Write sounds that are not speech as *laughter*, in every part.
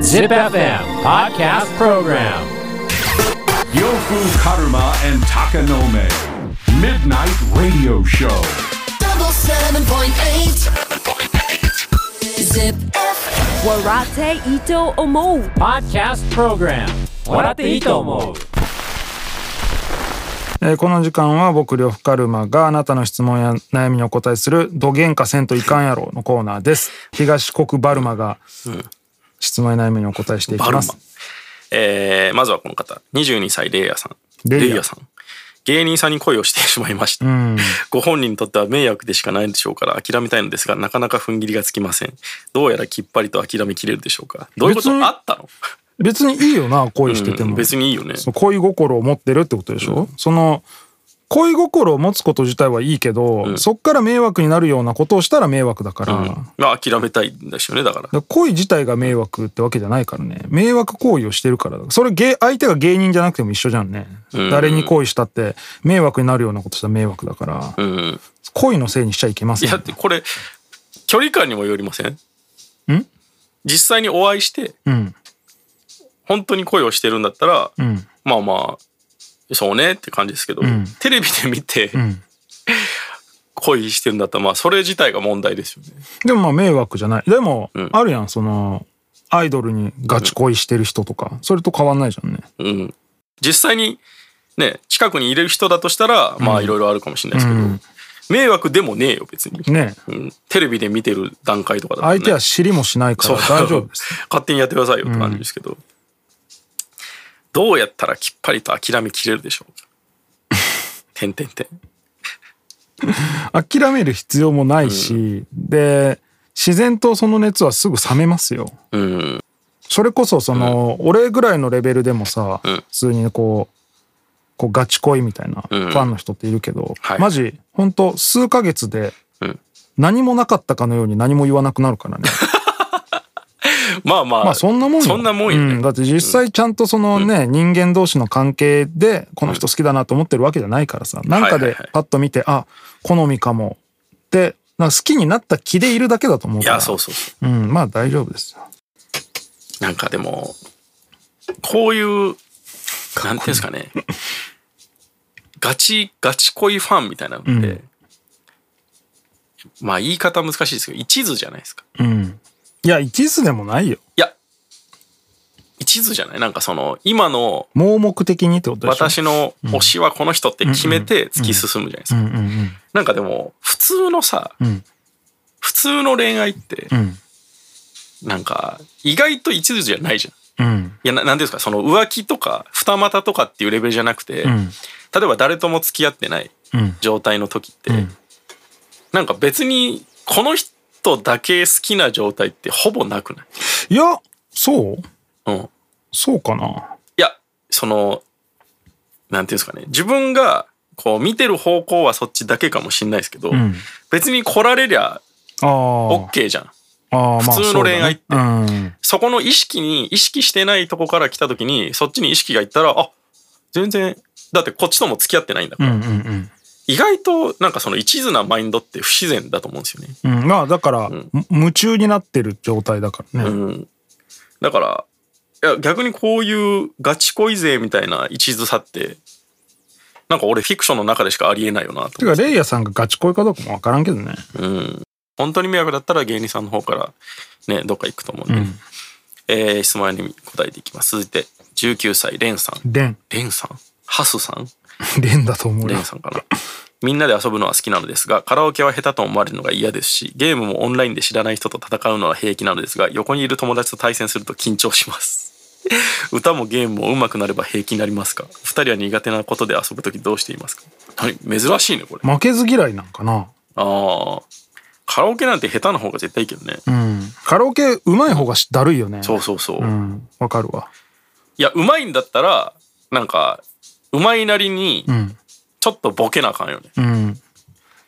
Zip FM Podcast Program Yofu Karuma and Takanome. Midnight Radio Show. double seven point eight. Zip. Warate Ito Omo. Podcast Program 笑っていいと思うえーこの時間は僕呂布カルマがあなたの質問や悩みにお答えする「どげんかせんといかんやろ」のコーナーです東国バルマが質問や悩みにお答えしていきますバルえーまずはこの方22歳レイヤーさんレイヤーさん芸人さんに恋をしてしまいました、 *laughs* ご本人にとっては迷惑でしかないでしょうから諦めたいのですがなかなか踏ん切りがつきませんどうやらきっぱりと諦めきれるでしょうかどういうこと別にあったの別にいいよな恋してても、うん別にいいよねそう恋心を持ってるってことでしょ、その恋心を持つこと自体はいいけど、そっから迷惑になるようなことをしたら迷惑だから、だかまあ諦めたいんですよねだからら恋自体が迷惑ってわけじゃないからね迷惑行為をしてるからだそれ芸相手が芸人じゃなくても一緒じゃんね、誰に恋したって迷惑になるようなことしたら迷惑だから、うん恋のせいにしちゃいけまいせんやよってこれ距離感にもよりません実際にお会いしてうん本当に恋をしてるんだったら、うんまあまあそうねって感じですけど、んテレビで見て、ん恋してるんだったらまあそれ自体が問題ですよね。でもまあ迷惑じゃないでも、んあるやんそのアイドルにガチ恋してる人とか、それと変わんないじゃんねうん、実際にね近くにいる人だとしたら、まあいろいろあるかもしれないですけど、うん迷惑でもねえよ別に、ねえうん。テレビで見てる段階とかだと、ね、相手は知りもしないからそう大丈夫です。 *laughs* 勝手にやってくださいよって感じですけど、どうやったらきっぱりと諦めきれるでしょうか。 *laughs* てんてんてん。諦める必要もないし、で自然とその熱はすぐ冷めますよ。うんそれこそその、俺ぐらいのレベルでもさ、ん普通にこうこうガチ恋みたいなフんァンの人っているけど、はいマジほんと数ヶ月でうん何もなかったかのように何も言わなくなるからね。 *laughs* まあまあ、まあそんなもんよそんなもんよね。うんだって実際ちゃんとそのね、人間同士の関係でこの人好きだなと思ってるわけじゃないからさ、なんかはいではいはいパッと見て、あ好みかもってなんか好きになった気でいるだけだと思ういからや、そうそうそう。うんまあ大丈夫ですよなんかでも、こういう、なんていうんですか *laughs* ね、ガチ、ガチ恋ファンみたいなのって、うんまあ言い方難しいですけど、一途じゃないですか。うんいや一途でもないよいや、一途じゃないなんかその、今の盲目的にってことでしょ私の推しはこの人って決めて突き進むじゃないですうんか。うんうんなんかでも、普通のさ、うん普通の恋愛ってう、んなんか、意外と一途じゃないじゃん。うんいや、ななんていうんですか、その浮気とか、二股とかっていうレベルじゃなくて、うん例えば誰とも付き合ってないうん状態の時って、うんなんか別にこの人だけ好きな状態ってほぼなくない、いやそううん、いそうかなやそのなんていうんですかね自分がこう見てる方向はそっちだけかもしれないですけど、うん別に来られりゃあー OK じゃん。あーまあ普通の恋愛ってそうだねそこの意識に意識してないとこから来た時にそっちに意識がいったらあ全然だってこっちとも付き合ってないんだかうら、んうんうんうん意外となんかその一途なマインドって不自然だと思うんですよね。うん、まあだから、む夢中になってる状態だからね、うん、だからいや逆にこういうガチ恋勢みたいな一途さってなんか俺フィクションの中でしかありえないよなてと、かレイヤさんがガチ恋かどうかもわからんけどねうん、本当に迷惑だったら芸人さんの方からねどっか行くと思うんで、えー質問に答えていきます続いて19歳レンさん *laughs* レンレンさんハスさんレンだと思うレよンさんかな。みんなで遊ぶのは好きなのですが、カラオケは下手と思われるのが嫌ですし、ゲームもオンラインで知らない人と戦うのは平気なのですが、横にいる友達と対戦すると緊張します。 *laughs* 歌もゲームも上手くなれば平気になりますかお二人は苦手なことで遊ぶときどうしていますか何珍しいね、これ。負けず嫌いなんかなああ。カラオケなんて下手な方が絶対いいけどね。うんカラオケうまい方がしだるいよねそうそうそう。うんわかるわいや、上手いんだったら、なんか、上手いなりにう、んちょっとボケなあかんよね。うん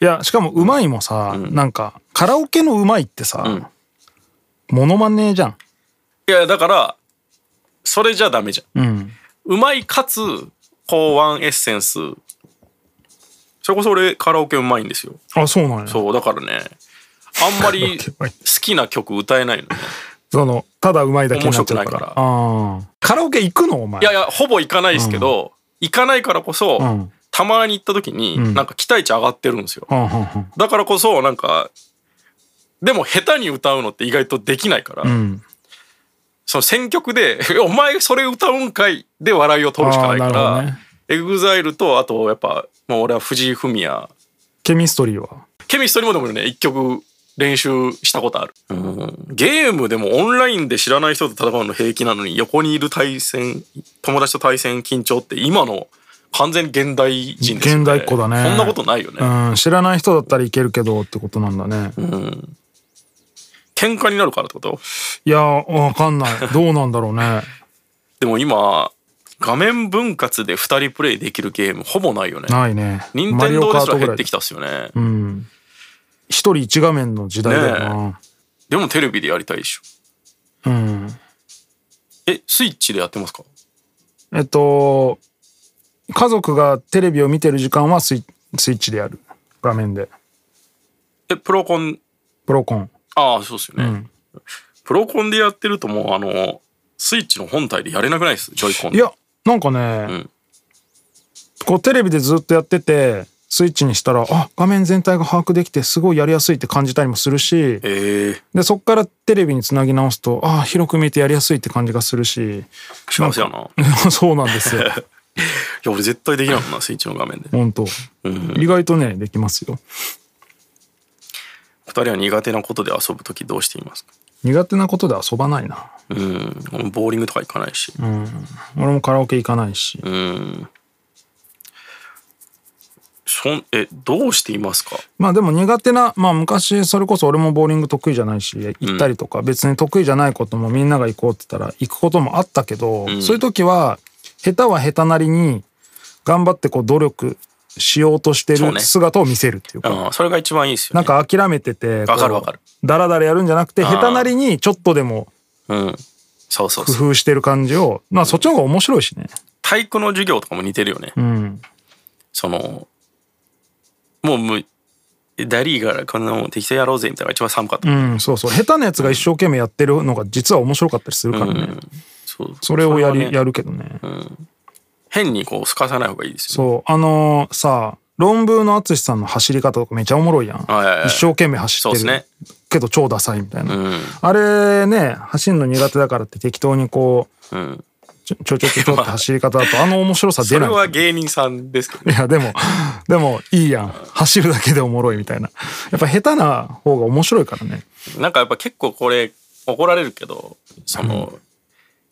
いやしかもうまいもさ、なんかカラオケのうまいってさ、んモノマネじゃんいや、だから、それじゃダメじゃん。うんうまいかつこうワンエッセンスそれこそ俺カラオケうまいんですよあそうなんやそうだからねあん *laughs* まり好きな曲歌えないのね。その、ただうまいだけになっちゃうから。面白くないからああ。カラオケ行くのお前。いやいや、ほぼ行かないですけど、行かないからこそ、んたまに行った時に、なんか期待値上がってるんですよ。うんうんうんだからこそ、なんか、でも下手に歌うのって意外とできないから、んその選曲で、 *laughs* えお前それ歌うんかいで笑いを取るしかないかあーなら、るほどねエグザイルと、あとやっぱ、もう俺は藤井フミヤ、ケミストリーは。ケミストリーもでもね、一曲練習したことある。ゲームでもオンラインで知らない人と戦うの平気なのに、横にいる対戦、友達と対戦緊張って今の完全に現代人ですよね。現代っ子だね。こんなことないよね。うん、知らない人だったらいけるけどってことなんだね。喧嘩になるからってこといや、わかんない。どうなんだろうね。でも今、画面分割で2人プレイできるゲームほぼないよね。ないね。 *laughs* 任天堂ですら減ってきた。たっすよね。うん。一人一画面の時代だよな。でもテレビでやりたいでしょ。うん。え、スイッチでやってますかえっと、家族がテレビを見てる時間はスイスイッチでやる。画面で。え、プロコン、プロコン。ああ、そうっすよね。プロコンでやってるともうあの、スイッチの本体でやれなくないですジョイコンいで。や、なんかね、んこうテレビでずっとやってて、スイッチにしたら、あ、画面全体が把握できて、すごいやりやすいって感じたりもするし、ええで、そっからテレビにつなぎ直すと、あ、広く見てやりやすいって感じがするし、 *laughs* 幸せやな。いそうなんですよ。や、俺絶対できなく *laughs* な、スイッチの画面で。本当意外とね、できますよ。二人は苦手なことで遊ぶときどうしていますか苦手なことで遊ばないな。うん。ボーリングとか行かないし。俺もカラオケ行かないし。うん。そん、え、どうしていますかまあでも苦手な、まあ昔それこそ俺もボーリング得意じゃないし、行ったりとか、別に得意じゃないこともみんなが行こうって言ったら行くこともあったけど、そういう時は、下手は下手なりに頑張ってこう努力しようとしてそうねる姿を見せるっていうか、うん、それが一番いいですよなんね。か諦めてて、わかるわかるこうだらだらやるんじゃなくて、下手なりにちょっとでもうん。そうそう工そう。夫してる感じを、まあそっちの方が面白いしね。体育の授業とかも似てるよね。うん。その、もうむ、ダリーからこんなもん適当やろうぜみたいなのが一番寒かった。うん、そうそう。下手なやつが一生懸命やってるのが実は面白かったりするからね。そうそれをやり、はねやるけどね。変にこう、すかさない方がいいですよね。そう、あのーさあ、論文の淳さんの走り方とかめちゃおもろいやん。はいはいはい一生懸命走ってる。そうっすけど超ダサいみたいな。んあれね、走るの苦手だからって適当にこう、うん。ちょちょちょちょちょって走り方だと、あの面白さそ出れない。は芸人さんですけどね。い *laughs* や、でも、でもいいやん。走るだけでおもろいみたいな。やっぱ下手な方が面白いからね。なんかやっぱ結構これ怒られるけど、その、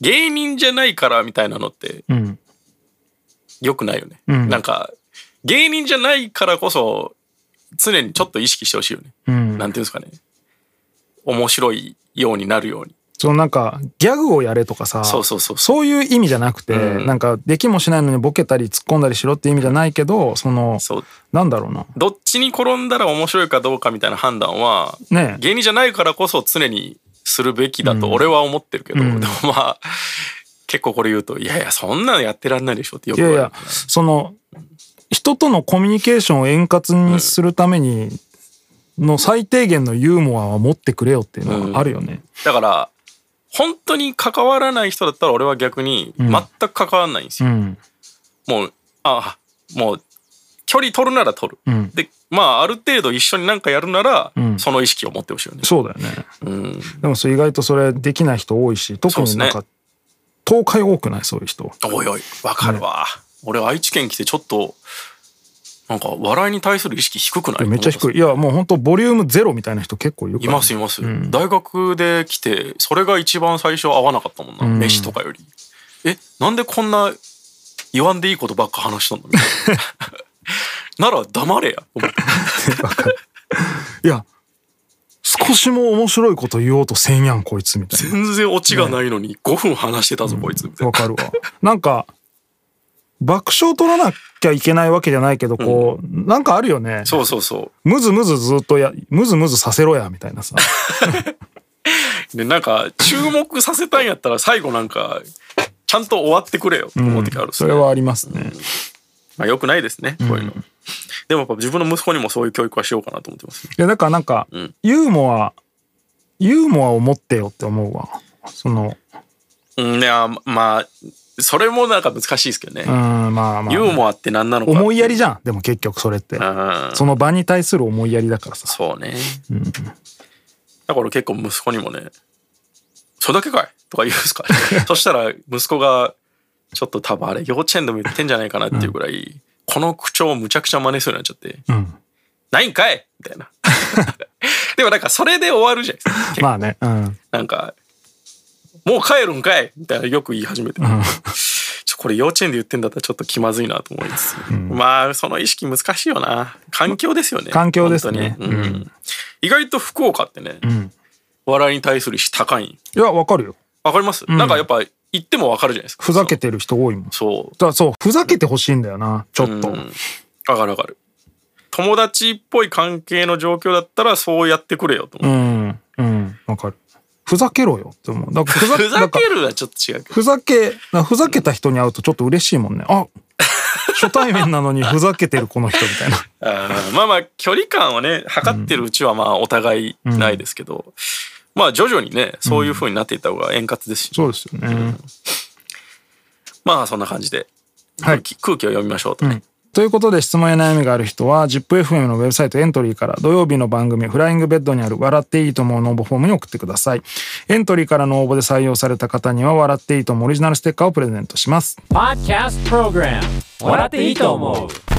芸人じゃないからみたいなのってうん。良くないよね。なんか、芸人じゃないからこそ、常にちょっと意識してほしいよね。なんていうんですかね。面白いようになるように。そのなんか、ギャグをやれとかさ、そうそうそうそういう意味じゃなくて、なんか、できもしないのにボケたり突っ込んだりしろって意味じゃないけど、その、そう。なんだろうな。どっちに転んだら面白いかどうかみたいな判断は、ねえ芸人じゃないからこそ常にするべきだと俺は思ってるけど、でもまあ、結構これ言うと、いやいや、そんなのやってらんないでしょってよくいや言いわれるや。、その、人とのコミュニケーションを円滑にするために、の最低限のユーモアは持ってくれよっていうのはあるよね。だから、本当に関わらない人だったら俺は逆に全く関わらないんですうよ。ん。もう、ああ、もう、距離取るなら取る。んで、まあ、ある程度一緒になんかやるなら、その意識を持ってほしいよね。そうだよね。うん。でもそれ意外とそれできない人多いし、特そうでにすねなんか、東海多くないそういう人。おいおい、わかるわ。俺、愛知県来てちょっと、なんか、笑いに対する意識低くないめっちゃ低い。いや、もう本当ボリュームゼロみたいな人結構いるかいら。ますいます、大学で来てそれが一番最初合わなかったもんな、飯とかよりえなんでこんな言わんでいいことばっか話しとんのみたい *laughs* ななら黙れや思っていや、少しも面白いこと言おうとせんやん、こいつみたいな。全然オチがないのに5分話してたぞ、こいつみたいわかるわ。なんか、爆笑取らなきゃいけないわけじゃないけど、こう、なんかあるよねな。そうそうそむずむずずっとや、むずむずさせろや、みたいなさ。うでなんか注目させたんやったら最後なんかちゃんと終わってくれよって思う時あるっすそねれはありますね。まあ、よくないですね、こういうの。でもやっぱ自分の息子にもそういう教育はしようかなと思ってますね。いやだからなんか、んユーモアユーモアを持ってよって思うわそのうん、いや、まあ、それもなんか難しいですけどね。うんまあまあユーモアって何なのか。思いやりじゃんでも結局それってうんその場に対する思いやりだからさそうね。だから結構息子にもね、それだけかいとか言うんですか、 *laughs* そしたら息子が、ちょっと多分あれ幼稚園でも言ってんじゃないかなっていうぐらい、この口調をむちゃくちゃ真似するようになっちゃって、うんないんかいみたいな。 *laughs* でもなんかそれで終わるじゃないですか。結構まあねうんなんか、もう帰るんかいみたいなよく言い始めて。ちょこれ幼稚園で言ってんだったらちょっと気まずいなと思いつつ、まあその意識難しいよな環境ですよね環境ですね本当にうん意外と福岡ってね、笑いに対する意識高いいやわかるよわかります、なんかやっぱ言ってもわかるじゃないですかふざけてる人多いもんだかそうらそうふざけてほしいんだよなちょっと、うんわかるわかる友達っぽい関係の状況だったらそうやってくれよと思う、うん、うん、わかる。ふざけろよって思う。だから *laughs* ふざふなざんかけるはちょっと違うけどふざけ、なふざけた人に会うとちょっと嬉しいもんね。あ初対面なのにふざけてるこの人みたいな。あーまあまあ距離感をね測ってるうちはまあお互いないですけど、まあ徐々にねそういう風になっていった方が円滑ですし、 *laughs* そうですよね。まあそんな感じではい空気,、空気を読みましょうとね、ということで質問や悩みがある人は ZIPFM のウェブサイトエントリーから土曜日の番組フライングベッドにある笑っていいと思うの応募フォームに送ってください。エントリーからの応募で採用された方には笑っていいと思うオリジナルステッカーをプレゼントします。 Podcast Program 笑っていいと思う